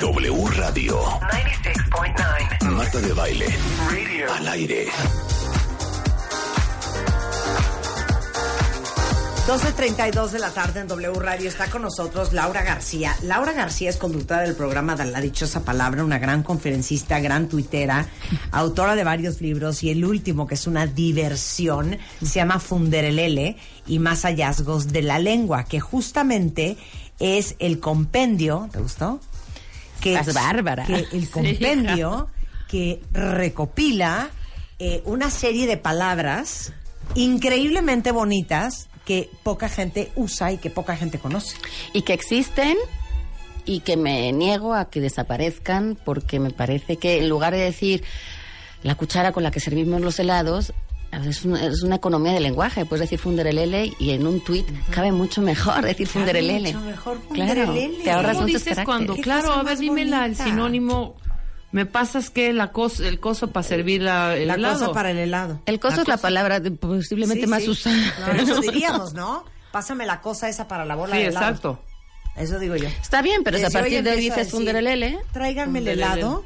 W Radio. 96.9. Marta de Baile. Radio. Al aire. 12.32 de la tarde en W Radio está con nosotros Laura García. Laura García es conductora del programa de La Dichosa Palabra, una gran conferencista, gran tuitera, autora de varios libros y el último, que es una diversión, se llama Funderelele y más hallazgos de la lengua, que justamente es el compendio, ¿te gustó? Que Estás bárbara. Que el compendio que recopila eh, una serie de palabras increíblemente bonitas que poca gente usa y que poca gente conoce. y que existen y que me niego a que desaparezcan porque me parece que en lugar de decir la cuchara con la que servimos los helados es, un- es una economía de lenguaje puedes decir funderelele y en un tuit cabe mucho mejor decir funderelele mucho mejor claro funderelele. te ahorras ¿Cómo muchos dices cuando? caracteres. Qué Claro, cosa a ver, más dime la- el bonita. sinónimo. ¿Me pasas qué? La cos- el coso para servir la, el la helado. cosa para el helado. el costo es la palabra de- posiblemente Sí, más sí. usada Claro, eso diríamos, ¿no? Pásame la cosa esa para la bola Sí, de helado. exacto. Eso digo yo. está bien pero si a Desde partir de empiezo a hoy dices decir, funderelele Tráiganme el Funderelele. helado,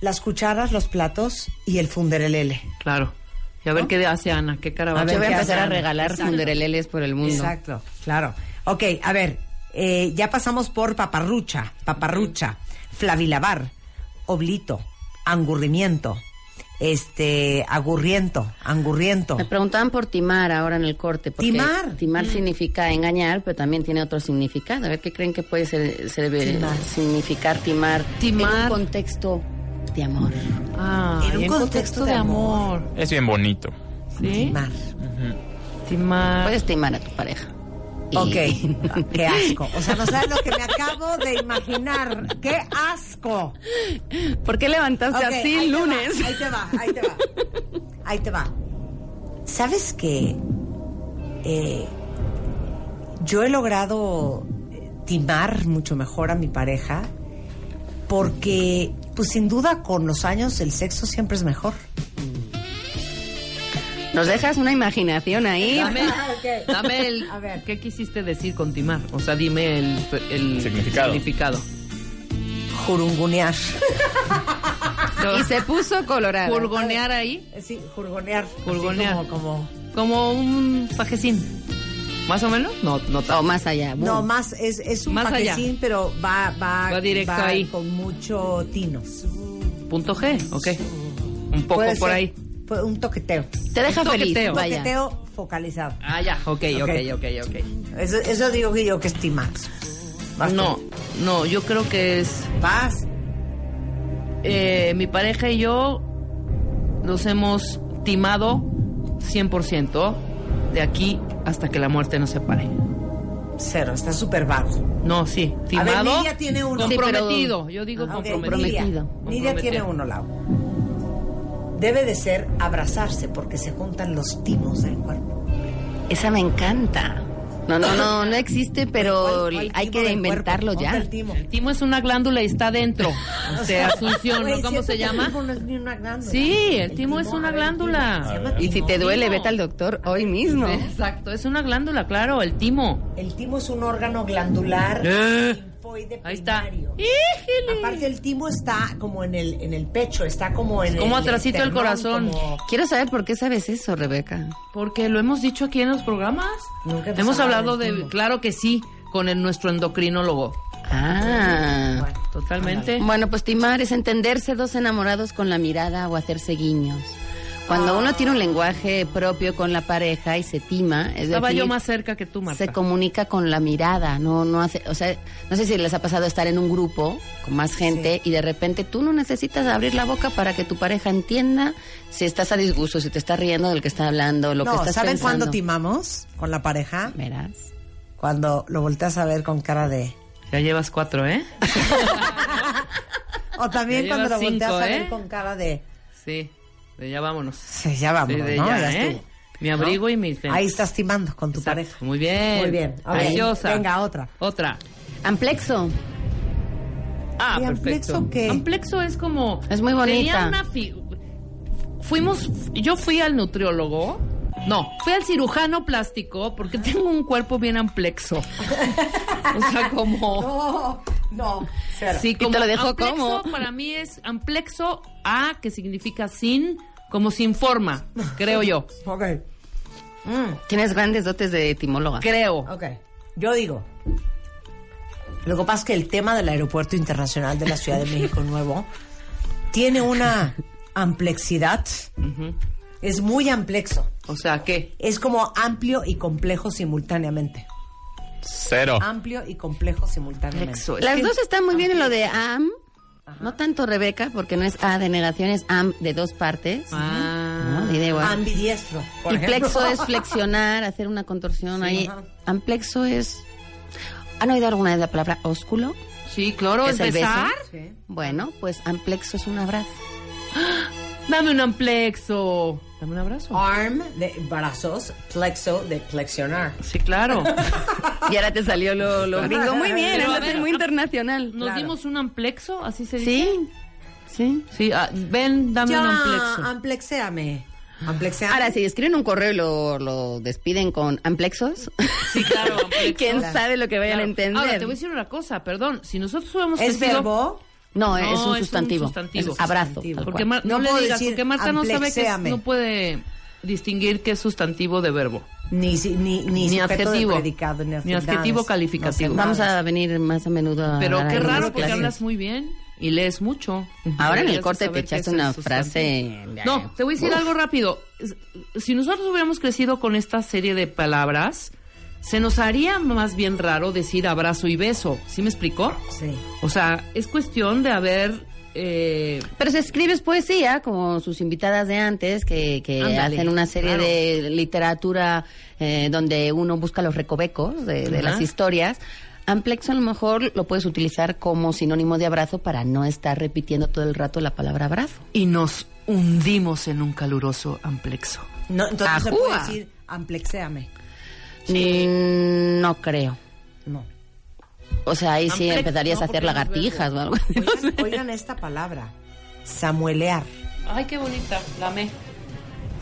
las cucharas, los platos y el funderelele. Claro. Y a ver qué hace Ana, qué cara A va yo ver, voy a ¿qué empezar a hacen? regalar Exacto. fundereleles por el mundo Exacto, claro. Ok, a ver, eh, ya pasamos por paparrucha, paparrucha, flavilavar, oblito, angurrimiento, este, agurriento, angurriento. Me preguntaban por timar ahora en el corte. Porque Timar. Mm. Timar significa engañar, pero también tiene otro significado. A ver, ¿qué creen que puede ser, ser- Timar. significar timar, Timar. en un contexto de amor? Ah, En un y contexto de Es bien bonito. ¿Sí? Timar. Timar. Puedes timar a tu pareja. Y- Ah. Ok, qué asco. O sea, no sabes lo que me acabo de imaginar. ¡Qué asco! ¿Por qué levantaste Ok, así ahí el te va, lunes? ahí te va, ahí te va. Ahí te va. ¿Sabes qué? Eh, yo he logrado eh, timar mucho mejor a mi pareja porque, pues sin duda, con los años el sexo siempre es mejor. Nos dejas una imaginación ahí. Dame, dame el. A ver. ¿Qué quisiste decir con timar? O sea, dime el, el Significado. significado. Jurungunear. Y se puso colorado. Furgonear ahí, Eh, Sí, jurgonear. así Jurgonear. como- como- como un pajecín. ¿Más o menos? No, no O tanto. más allá. No, boom. más, es, es un Más allá. paquecín, pero va, va, Va directo va ahí. con mucho tino. Punto G, ok. Un poco Puede por ser, ahí. fue Un toqueteo. Te deja un feliz. toqueteo. Vaya. Toqueteo focalizado. Ah, ya, ok, ok, Ok. ok, ok. Eso, eso digo que yo que estima. Vas No, tú. no, yo creo que es Vas. eh, mi pareja y yo nos hemos timado 100% de aquí hasta que la muerte nos separe. Cero. Está súper vago. No, sí, A ver, timado. Nidia tiene uno. Sí, pero- comprometido, yo digo Ah, ok, comprometido. Nidia. Nidia Comprometido. tiene uno, Lau. Debe de ser abrazarse porque se juntan los timos del cuerpo. Esa me encanta. No, no, no, no existe, pero ¿Cuál- cuál hay timo que del inventarlo cuerpo? ya. Ponte el timo. El timo es una glándula y está dentro. O sea, Asunción, Ah, Güey, ¿no? ¿cómo siento se que llama? El timo no es ni una glándula. Sí, el timo es a una ver, el timo. glándula. Se llama Y si timo. te duele, Timo. vete al doctor hoy mismo. Exacto, es una glándula, claro, el timo. El timo es un órgano glandular Eh. linfoide Ahí está. primario. ¡Híjole! Aparte el timo está como en el en el pecho, está como en Como el atrasito del esternón, corazón. como- Quiero saber por qué sabes eso, Rebeca. Porque lo hemos dicho aquí en los programas. Nunca hemos hemos, hablado hablado del de, timo. claro que sí, con el- nuestro endocrinólogo. Ah. Bueno, Totalmente. Bueno, pues timar es entenderse dos enamorados con la mirada o hacerse guiños. Cuando uno tiene un lenguaje propio con la pareja y se tima, es Estaba decir, yo más cerca que tú, Marta. se comunica con la mirada, no no hace, o sea, no sé si les ha pasado estar en un grupo con más gente y de repente tú no necesitas abrir la boca para que tu pareja entienda si estás a disgusto, si te está riendo del que está hablando, lo que no, estás ¿saben pensando. cuándo timamos con la pareja? Verás. Cuando lo volteas a ver con cara de Ya llevas cuatro, ¿eh? O también Ya cuando lo llevas volteas cinco, a ver ¿eh? con cara de. Sí, de ya vámonos. Sí, Sí, ya vamos, de ¿no? ya, Ya ¿eh? estuvo. Mi abrigo y mis Ahí estás timando con tu Exacto. pareja. Muy bien. Muy bien. A ver, Preciosa. venga, otra. Otra. Amplexo. Ah, ¿Y perfecto. Amplexo qué? Amplexo es como... Es muy bonita. Tenía una fi- Fuimos... Yo fui al nutriólogo. No, fui al cirujano plástico porque tengo un cuerpo bien amplexo. O sea, como... No, no. cero. Sí, como te lo dejó amplexo como. para mí es amplexo A, que significa sin, como sin forma, creo yo. Ok, Mm. Tienes grandes dotes de etimóloga. Creo. ok. Yo digo. Lo que pasa es que el tema del Aeropuerto Internacional de la Ciudad de México Nuevo tiene una amplexidad. Es muy amplexo. O sea, ¿qué? Es como amplio y complejo simultáneamente. Cero. Amplio y complejo simultáneamente. Amplexo. Es Las que- dos están muy bien en lo de am. No tanto Rebeca, porque no es A de negación, es am de dos partes. Ah. ¿no? De igual. Ambidiestro. por Y ejemplo. plexo es flexionar, hacer una contorsión ahí. ajá. Amplexo es. ¿Han oído alguna vez la palabra ósculo? Sí, claro, ¿Qué es es el beso? besar. Sí. Bueno, pues amplexo es un abrazo. Dame un amplexo. Ah, Dame un abrazo. Arm de brazos, plexo de flexionar. Sí, claro. Y ahora te salió lo, lo gringo. Muy bien, Pero, a es ver, muy internacional. Nos dimos un amplexo, así se dice. Sí, sí. Sí, ah, ven, dame un amplexo. amplexéame. Amplexéame. Ahora, si escriben un correo y lo, lo despiden con amplexos, Sí, claro, amplexo. ¿quién sabe lo que vayan Claro. a entender? Ahora, te voy a decir una cosa, perdón. Si nosotros hubiéramos ¿Es crecido- verbo? No, No, es es un un sustantivo. sustantivo. Es abrazo. Sustantivo. tal Porque cual. Mar- no, No le puedo digas, decir porque Marta no sabe que es- amplexéame. no puede distinguir qué es sustantivo de verbo. Ni, si- ni, ni, Ni sujeto de adjetivo. predicado, ni, Ni adjetivo adjetivo calificativo. Vamos a venir más a menudo a Pero dar qué algunas raro, porque clases. hablas muy bien y lees mucho. Ahora en Deberías el de corte te saber qué echaste es el una sustantivo. frase. de- No, te voy a decir Uf. algo rápido. Es- Si nosotros hubiéramos crecido con esta serie de palabras, se nos haría más bien raro decir abrazo y beso. ¿Sí me explicó? Sí. O sea, es cuestión de haber... eh, Pero si escribes poesía, como sus invitadas de antes, que, que Ándale, hacen una serie claro. de literatura eh, donde uno busca los recovecos de, de Ajá. las historias. Amplexo a lo mejor lo puedes utilizar como sinónimo de abrazo para no estar repitiendo todo el rato la palabra abrazo. y nos hundimos en un caluroso amplexo. No, entonces se puede Ajúa. decir amplexéame. Mm, No creo. No. O sea, ahí sí Amplexo, empezarías no, a hacer porque no es lagartijas o algo. Oigan, oigan esta palabra. Samuelear. Ay, qué bonita, la me.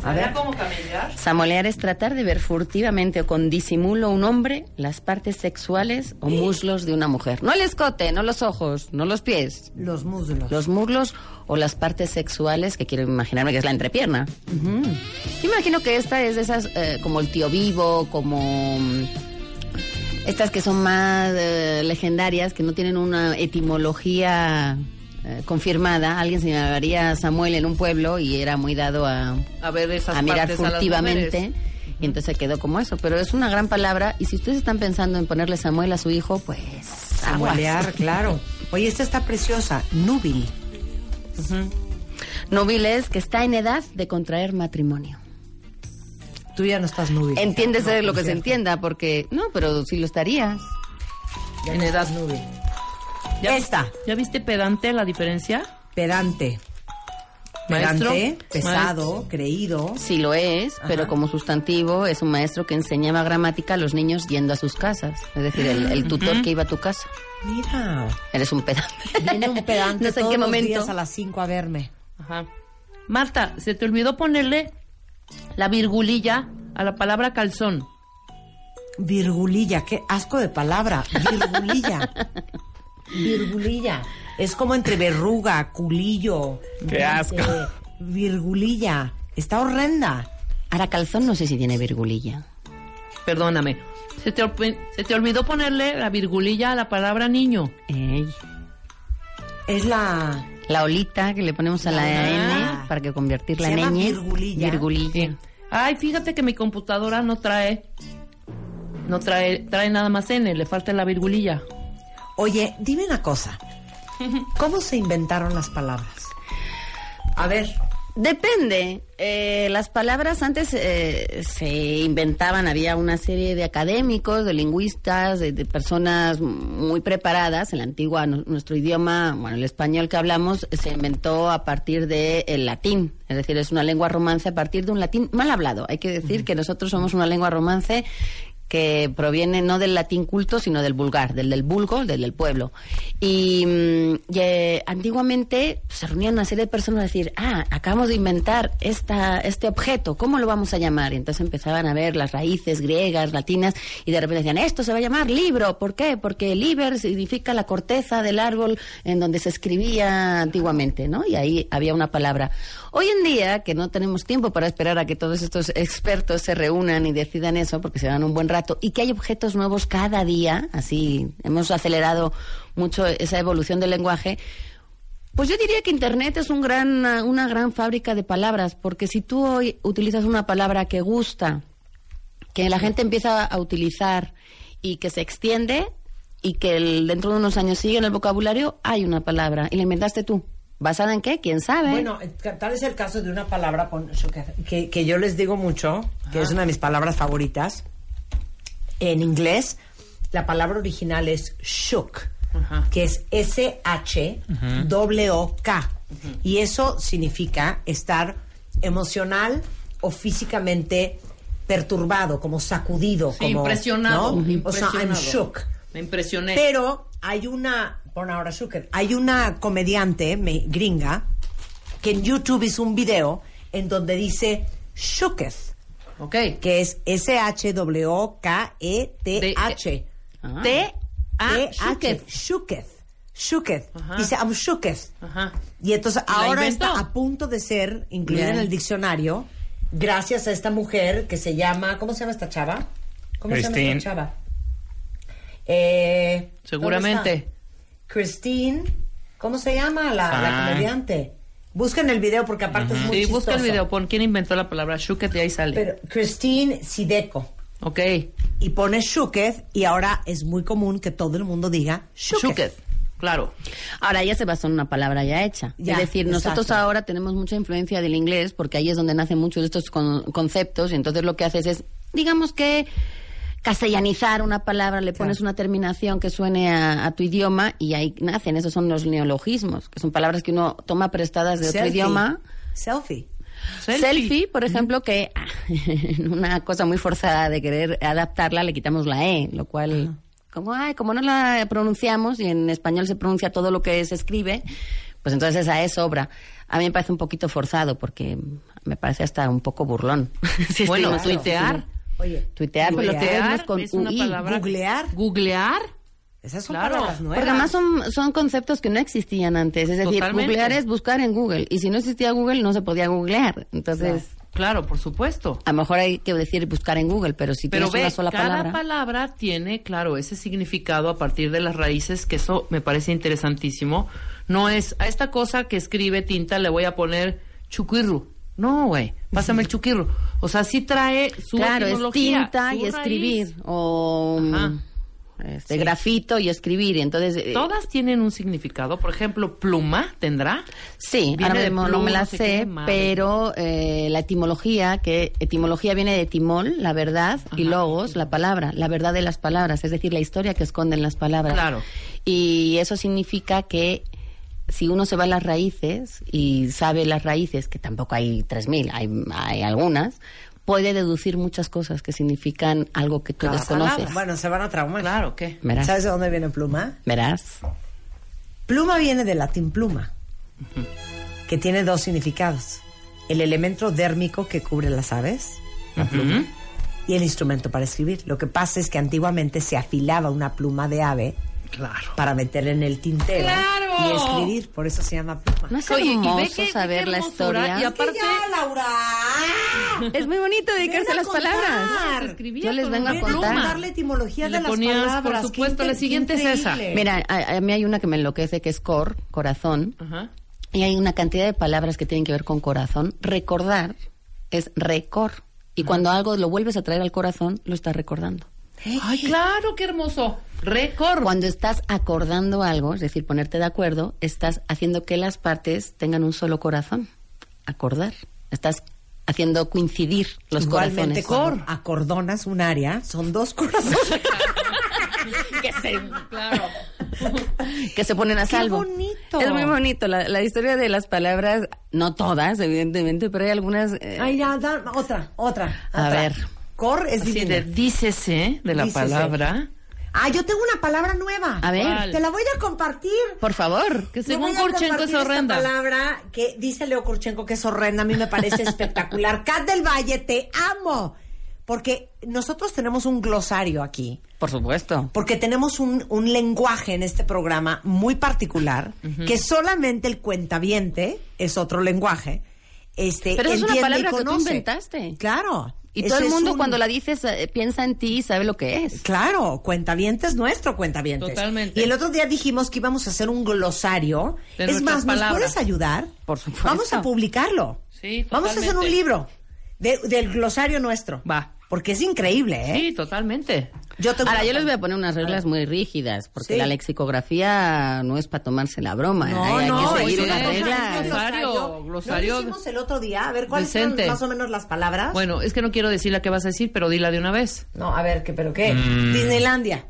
A ver. cómo camellar? Samolear es tratar de ver furtivamente o con disimulo un hombre las partes sexuales o muslos de una mujer. No el escote, no los ojos, no los pies. Los muslos. Los muslos o las partes sexuales, que quiero imaginarme que es la entrepierna. Yo Imagino que esta es de esas, eh, como el tío vivo, como mm, estas que son más eh, legendarias, que no tienen una etimología eh, confirmada. Alguien se llamaría Samuel en un pueblo y era muy dado a A ver esas a mirar partes a las furtivamente. mujeres. y entonces quedó como eso, pero es una gran palabra y si ustedes están pensando en ponerle Samuel a su hijo, pues aguas. Samuelear, claro. Oye, esta está preciosa. Núbil. Núbil es que está en edad de contraer matrimonio. Tú ya no estás núbil. Entiéndese No, pues lo que es se cierto. entienda, porque no, pero si lo estarías. Ya no estás núbil. Esta. ¿Ya viste pedante la diferencia? Pedante. Maestro. Pedante, pesado, creído. Si lo es, pero como sustantivo es un maestro que enseñaba gramática a los niños yendo a sus casas. Es decir, el, el tutor que iba a tu casa. Mira. Eres un pedante. Viene un pedante no sé en todos qué los momento. días a las 5 a verme. Ajá. Marta, se te olvidó ponerle la virgulilla a la palabra calzón. Virgulilla, qué asco de palabra. Virgulilla. Virgulilla. Es como entre verruga, culillo. Qué asco. eh, Virgulilla. Está horrenda. Ahora, calzón no sé si tiene virgulilla. Perdóname. Se te, olpi- se te olvidó ponerle la virgulilla a la palabra niño. Ey. Es la. La olita que le ponemos a la Ah. N para que convertirla Se en llama ñ. virgulilla. Virgulilla. Ay, fíjate que mi computadora no trae. No trae, trae nada más N, le falta la virgulilla. Oye, dime una cosa. ¿Cómo se inventaron las palabras? A ver, Depende. Eh, las palabras antes eh, se inventaban, había una serie de académicos, de lingüistas, de, de personas muy preparadas. En la antigua, nu- nuestro idioma, bueno, el español que hablamos, se inventó a partir del latín. Es decir, es una lengua romance a partir de un latín mal hablado. Hay que decir que nosotros somos una lengua romance que proviene no del latín culto, sino del vulgar, del del vulgo, del del pueblo. Y, mm, y, eh, antiguamente pues, se reunían una serie de personas a decir, ah, acabamos de inventar esta, este objeto, ¿cómo lo vamos a llamar? Y entonces empezaban a ver las raíces griegas, latinas, y de repente decían, esto se va a llamar libro, ¿por qué? Porque liber significa la corteza del árbol en donde se escribía antiguamente, ¿no? Y ahí había una palabra. Hoy en día, que no tenemos tiempo para esperar a que todos estos expertos se reúnan y decidan eso, porque se dan un buen rato, y que hay objetos nuevos cada día, así hemos acelerado mucho esa evolución del lenguaje, pues yo diría que Internet es un gran, ah, una gran fábrica de palabras, porque si tú hoy utilizas una palabra que gusta, que la gente empieza a utilizar y que se extiende y que el- dentro de unos años sigue en el vocabulario, hay una palabra y la inventaste tú. ¿Basada en qué? ¿Quién sabe? Bueno, eh, tal es el caso de una palabra con sugar, que, que yo les digo mucho, que es una de mis palabras favoritas. En inglés, la palabra original es shook, Ajá. que es S-H-O-K. Y eso significa estar emocional o físicamente perturbado, como sacudido. Sí, como, impresionado, ¿no? O impresionado. sea, I'm shook. Me impresioné. Pero hay una, pon ahora Zucker, hay una comediante me- gringa que en YouTube hizo un video en donde dice Shooketh, ok. que es E S-H-W-K-E-T-H. Ah. T A T-H. Shuketh. Shooketh. Shooketh. Ajá. Dice, I'm shooketh. Ajá. Y entonces ¿La ahora inventó? está a punto de ser incluida Bien. en el diccionario gracias a esta mujer que se llama, ¿cómo se llama esta chava? ¿Cómo se llama Christine. esta chava? Eh, ¿dónde Seguramente. está? Christine, ¿cómo se llama la, la Ah. comediante? Busquen el video porque aparte es muy Sí, busca el chistoso. video, pon quién inventó la palabra Shuket y ahí sale. Pero Christine Sideco. ok. Y pone Shuketh y ahora es muy común que todo el mundo diga Shuketh. Shuket. Claro. Ahora ya se basó en una palabra ya hecha. Ya, es decir, nosotros exacto. ahora tenemos mucha influencia del inglés porque ahí es donde nacen muchos de estos con- conceptos y entonces lo que haces es, digamos que castellanizar una palabra, le pones una terminación que suene a, a tu idioma y ahí nacen, esos son los neologismos, que son palabras que uno toma prestadas de otro Selfie. idioma. Selfie. Selfie, por ejemplo, que ah, una cosa muy forzada de querer adaptarla, le quitamos la E, lo cual, como, ay, como no la pronunciamos y en español se pronuncia todo lo que se escribe, pues entonces esa E sobra. A mí me parece un poquito forzado porque me parece hasta un poco burlón. Si estoy Bueno, más Pues tuitear. Oye, Tuitear, pero Googlear. tuitear es Googlear con es una UI. palabra. Googlear. Googlear. Esas son Claro. palabras nuevas. Porque además son, son conceptos que no existían antes. Es decir, Totalmente. googlear es buscar en Google. Y si no existía Google, no se podía googlear. Entonces, Claro, por supuesto. A lo mejor hay que decir buscar en Google, pero si Pero tienes ve, una sola cada palabra. palabra. tiene, claro, ese significado a partir de las raíces, que eso me parece interesantísimo. No es, a esta cosa que escribe tinta le voy a poner chuquirru. No, güey, pásame el chuquirru. O sea, sí trae su claro, es etimología, tinta su y raíz. escribir. O mm, Ajá. este, grafito y escribir. y Entonces, eh, Todas tienen un significado. Por ejemplo, pluma tendrá. sí, Viene ahora de mismo no pluma, me la no sé qué, sé, madre. pero eh, la etimología, que etimología viene de timol, la verdad, y Ajá. logos, la palabra, la verdad de las palabras, es decir, la historia que esconden las palabras. Claro. Y eso significa que si uno se va a las raíces y sabe las raíces, que tampoco hay 3.000, hay, hay algunas, puede deducir muchas cosas que significan algo que tú Cada desconoces. palabra. Bueno, se van a traumar. Claro, ¿qué? Verás. ¿Sabes de dónde viene pluma? Verás. Pluma viene del latín pluma, que tiene dos significados. El elemento dérmico que cubre las aves Ujú. y el instrumento para escribir. Lo que pasa es que antiguamente se afilaba una pluma de ave Claro. para meter en el tintero ¡Claro! y escribir. Por eso se llama pluma. No es Oye, y ve hermoso qué- qué saber la hermosura, historia. y aparte- ¡Ya, Laura! Es muy bonito Ven dedicarse a a las contar. palabras. Se escribía Yo les con vengo una a Ven a contar. contar la etimología Y de le las ponías, por palabras. ¡Qué supuesto, la inter- siguiente es esa. increíble! Mira, a, a mí hay una que me enloquece que es cor, corazón, Ajá. y hay una cantidad de palabras que tienen que ver con corazón. Recordar es recor. Y cuando algo lo vuelves a traer al corazón, lo estás recordando. Ay, claro, qué hermoso. Récord. Cuando estás acordando algo, es decir, ponerte de acuerdo, estás haciendo que las partes tengan un solo corazón. acordar. Estás haciendo coincidir los Igualmente, corazones. cuando acordonas un área, son dos corazones. que se, que se ponen a Qué salvo. bonito. Es muy bonito. La, la historia de las palabras, no todas, evidentemente, pero hay algunas. eh, Ay, ya, da- otra, otra. A otra. ver. Cor es Así divina. de dícese de la Dícese. palabra. Ah, yo tengo una palabra nueva. A ver. ¿Cuál? Te la voy a compartir. por favor. Que Yo según voy a Kurchenko es compartir esta horrenda. palabra que dice Leo Kurchenko que es horrenda, a mí me parece espectacular. Cat del Valle, te amo. Porque nosotros tenemos un glosario aquí. Por supuesto. Porque tenemos un, un lenguaje en este programa muy particular, que solamente el cuentaviente es otro lenguaje. Este, Pero es una entiende y palabra que tú conoce. inventaste. Claro. Y Eso todo el es mundo un- cuando la dices eh, piensa en ti y sabe lo que es. Claro, cuentavientes nuestro cuentavientes. Totalmente. Y el otro día dijimos que íbamos a hacer un glosario. De es nuestras más, ¿nos palabras. puedes ayudar? Por supuesto. Vamos a publicarlo. Sí, Vamos a hacer un totalmente. libro de- del glosario nuestro. Va. Porque es increíble, ¿eh? Sí, totalmente. Yo tengo Ahora, una- yo les voy a poner unas reglas muy rígidas, porque Sí. la lexicografía no es para tomarse la broma. ¿eh? No, hay, hay no, que seguir es unas una reglas. regla. Glosario, ¿No glosario lo hicimos el otro día. A ver, ¿cuáles son decente. más o menos las palabras? Bueno, es que no quiero decir la que vas a decir, pero dila de una vez. No, a ver, ¿qué, ¿pero qué? Disneylandia.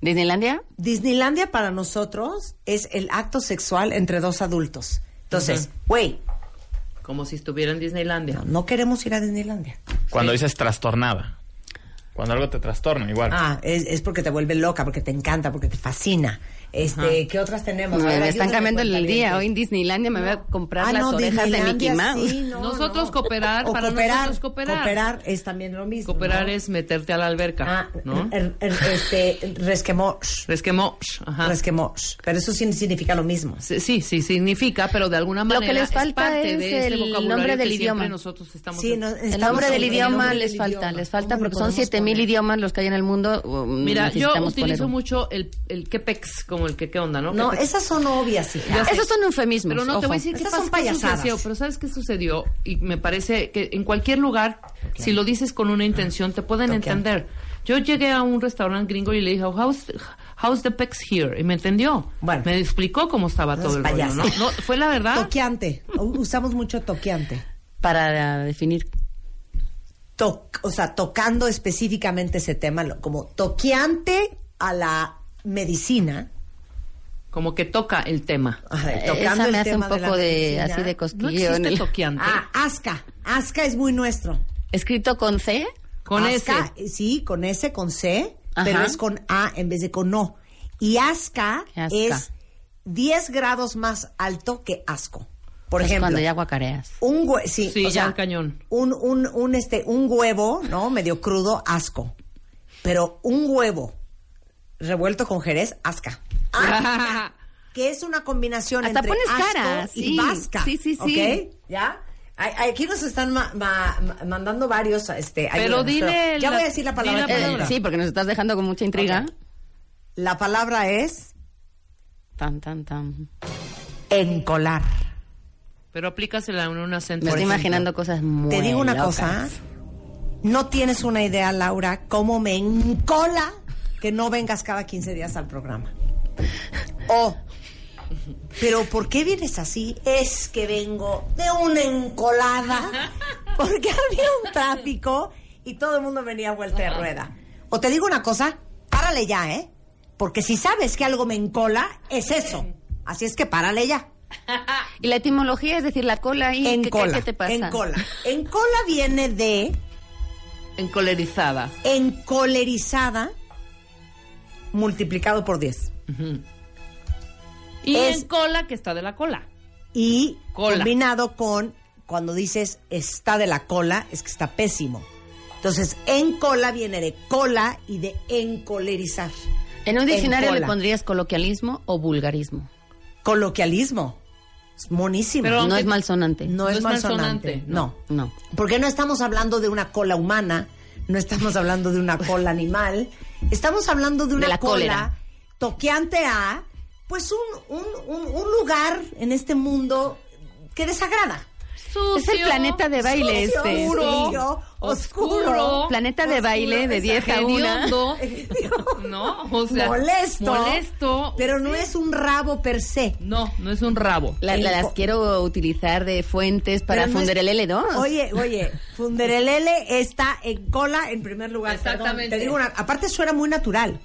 ¿Disneylandia? Disneylandia para nosotros es el acto sexual entre dos adultos. Entonces, güey, Como si estuviera en Disneylandia. no queremos ir a Disneylandia. Cuando dices trastornada. Cuando algo te trastorna, igual. Ah, es, es porque te vuelve loca, porque te encanta, porque te fascina. Este, ¿qué otras tenemos? A Me, ver, me están ayúdame, cambiando el día. cuentavientes. Hoy en Disneylandia me voy a comprar Ah, las no, orejas de Mickey Disneylandia, Mouse. sí, no, Nosotros no. cooperar, O para cooperar, nosotros cooperar. Cooperar es también lo mismo. Cooperar ¿no? es meterte a la alberca, Ah, ¿no? er- er- este, resquemos. Es que mo- sh, ajá. Resquemos. Pero eso sí significa lo mismo. Sí, sí, sí, significa, pero de alguna manera que les es falta parte es de este el vocabulario nombre del que siempre idioma. nosotros estamos Sí, en- no, El estamos nombre del sobre el idioma nombre les del falta, idioma. les falta ¿Cómo le porque son podemos 7000 poner? idiomas los que hay en el mundo. um, Mira, yo necesitamos utilizo poner un- mucho el, el quepex, como el que qué onda, ¿no? No, Quepex. esas son obvias, hija. Ya sé. Esos son eufemismos. Pero no te ojo. voy a decir qué Esas pasó, son qué payasadas. sucedió, pero ¿sabes qué sucedió? Y me parece que en cualquier lugar, si lo dices con una intención, te pueden entender. Yo llegué a un restaurante gringo y le dije, "Oh, how's, how's the pecs here? Y me entendió. Bueno. Me explicó cómo estaba Esas todo el rollo, payasas. ¿no? No, Fue la verdad. Toqueante. U- Usamos mucho toqueante. Para definir. Toc- o sea, tocando específicamente ese tema, lo- como toqueante a la medicina. Como que toca el tema. Ay, eh, tocando Esa el me hace un tema la poco de, medicina. así de No cosquilleo. en existe el- toqueante. Ah, asca. Asca es muy nuestro. Escrito con C. Con ese. Asca, eh, Sí, con S, con C, Ajá. pero es con A en vez de con O. Y asca, Qué asca. es 10 grados más alto que asco. Por es ejemplo, Cuando ya guacareas. un hue- sí, Sí, o ya sea, un cañón. Un, un, un, este, un huevo, ¿no? Medio crudo, asco. Pero un huevo revuelto con jerez, asca. Asca. que es una combinación Hasta entre pones asco cara, y sí. vasca. Sí, sí, sí. ¿Ok? ¿Ya? Ay, Aquí nos están ma- ma- ma- mandando varios, este, ayúdanos, dile pero Ya la- voy a decir la palabra. di la que Eh, me palabra. gusta. sí, porque nos estás dejando con mucha intriga. La palabra es Tan, tan, tan. encolar. Pero aplícasela en un acento. Me estoy Por ejemplo. imaginando cosas muy. Te digo una locas. cosa. ¿eh? No tienes una idea, Laura, cómo me encola que no vengas cada 15 días al programa. O, pero ¿por qué vienes así? Es que vengo de una encolada, porque había un tráfico y todo el mundo venía a vuelta de rueda. O te digo una cosa, párale ya, ¿eh? Porque si sabes que algo me encola, es eso. Así es que párale ya. Y la etimología, es decir, la cola ahí. ¿qué- En qué- cola. ¿Qué te pasa? En cola. En cola viene de Encolerizada. encolerizada multiplicado por 10. Y Es- en cola, que está de la cola. Y Cola. combinado con, cuando dices está de la cola, es que está pésimo. Entonces, en cola viene de cola y de encolerizar. En un diccionario En cola. le pondrías coloquialismo o vulgarismo. Coloquialismo. Es monísimo. Pero no aunque- es malsonante. no, es malsonante. no. No. Porque no estamos hablando de una cola humana, no estamos hablando de una cola animal, estamos hablando de una la cola cólera. toqueante a, pues, un, un- un- un lugar en este mundo que desagrada. Sucio, es el planeta de baile sucio, este. oscuro, sí. oscuro, Planeta de baile de 10 a 1. Hediondo. No, o sea, molesto, molesto. pero no es un rabo per se. No, no es un rabo. La- la- las quiero utilizar de fuentes para Pero no es- fundar el L2. Oye, oye, Funderelele está en cola en primer lugar. perdón. Exactamente. Te digo una, aparte suena muy natural.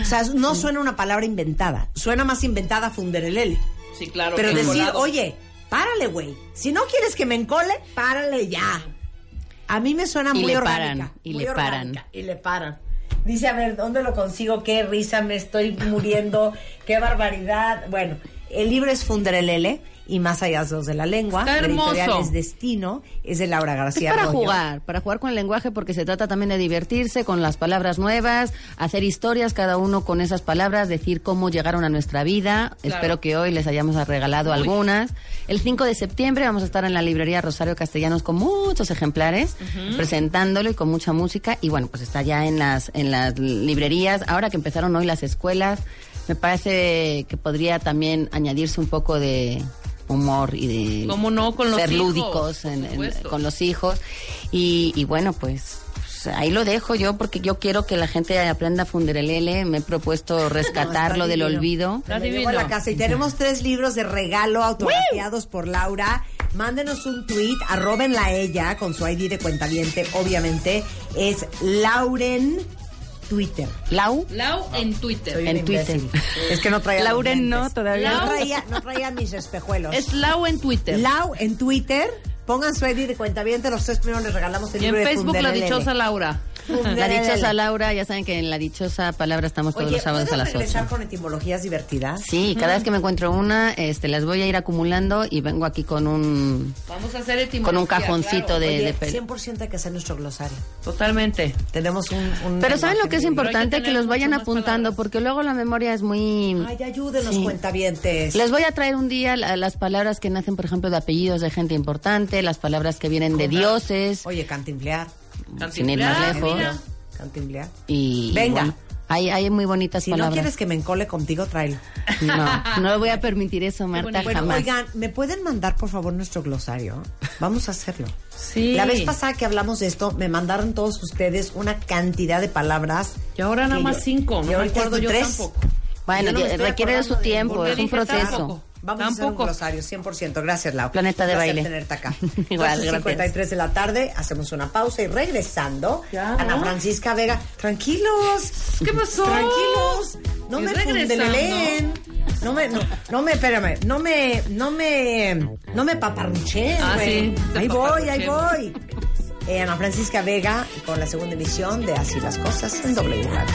O sea, no suena una palabra inventada. Suena más inventada Funderelele. Sí, claro. Pero decir, encolado. oye, párale, güey. Si no quieres que me encole, párale ya. A mí me suena Y muy le orgánica. paran, y muy le paran. orgánica, Y le paran. Dice, a ver, ¿dónde lo consigo? Qué risa, me estoy muriendo. Qué barbaridad. Bueno, el libro es Funderelele y Más allá de los de la lengua. Está La editorial hermoso. es Destino, es de Laura Es García para Arroyo. jugar, para jugar con el lenguaje porque se trata también de divertirse con las palabras nuevas, hacer historias cada uno con esas palabras, decir cómo llegaron a nuestra vida. Claro. Espero que hoy les hayamos regalado algunas. El 5 de septiembre vamos a estar en la librería Rosario Castellanos con muchos ejemplares, presentándolo y con mucha música. Y bueno, pues está ya en las, en las librerías. Ahora que empezaron hoy las escuelas, me parece que podría también añadirse un poco de humor y de ¿Cómo no? Con los ser hijos, lúdicos por en- en- supuesto. con los hijos y, y bueno pues, pues ahí lo dejo yo porque yo quiero que la gente aprenda a funderelele me he propuesto rescatarlo del divino. olvido Me Está lo llevo a divino. la casa y tenemos tres libros de regalo autografiados por Laura. Mándenos un tweet, arrobenla a ella con su ID de cuenta obviamente. Es Lauren Twitter. Lau Lau en Twitter. Soy En una imbécil. Twitter. Es que no traía. los Lauren no, lentes. todavía. No Lau. traía, no traía mis espejuelos. Es Lau en Twitter. Lau en Twitter. Pongan su ID de cuenta los tres primeros les regalamos el y en libro de Facebook la Funderelele. dichosa Laura. la Funderelele. dichosa Laura ya saben que en la dichosa palabra estamos todos Oye, los sábados a ¿puedo las 8 regresar con etimologías divertidas? sí cada vez que me encuentro una este las voy a ir acumulando y vengo aquí con un Vamos a hacer etimología. con un cajoncito claro. de, de Oye, pel- 100% hay que hacer nuestro glosario. Totalmente. Tenemos un... un pero saben lo lenguaje que muy- es Pero hay que importante que tener los mucho vayan más apuntando palabras. porque luego la memoria es muy Ay, ayúdenos, Sí. cuentavientes. Les voy a traer un día la- las palabras que nacen, por ejemplo, de apellidos de gente importante, las palabras que vienen de dioses, Oye, cantimplear, sin ir más Ah, lejos. mira. cantimplear. Y, Venga. y bueno, hay, hay muy bonitas Si no palabras. quieres que me encole contigo, tráelo. No, no voy a permitir eso, Marta, Bueno, jamás. oigan, ¿me pueden mandar, por favor, nuestro glosario? Vamos a hacerlo. Sí. La vez pasada que hablamos de esto, me mandaron todos ustedes una cantidad de palabras. Y ahora nada que más yo- cinco, y no me ahorita acuerdo son yo tres. tampoco. bueno, Yo no me ya- estoy requiere de su acordando de tiempo, porque es un dije proceso. tampoco. Vamos Tampoco. a hacer un glosario, 100%. Gracias, Lau. Planeta de Un placer baile. tenerte acá. Igual, 12:53 gracias. de la tarde, hacemos una pausa y regresando, Ya, Ana ¿no? Francisca Vega. Tranquilos. ¿Qué pasó? Tranquilos. No Y me regresando. fundeleen. No me, no, no me, espérame. No me, no me, no me paparruchen. Ah, güey. sí, te Ahí voy, ahí voy. paparruchen. Eh, Ana Francisca Vega con la segunda emisión de Así las Cosas en doble Radio.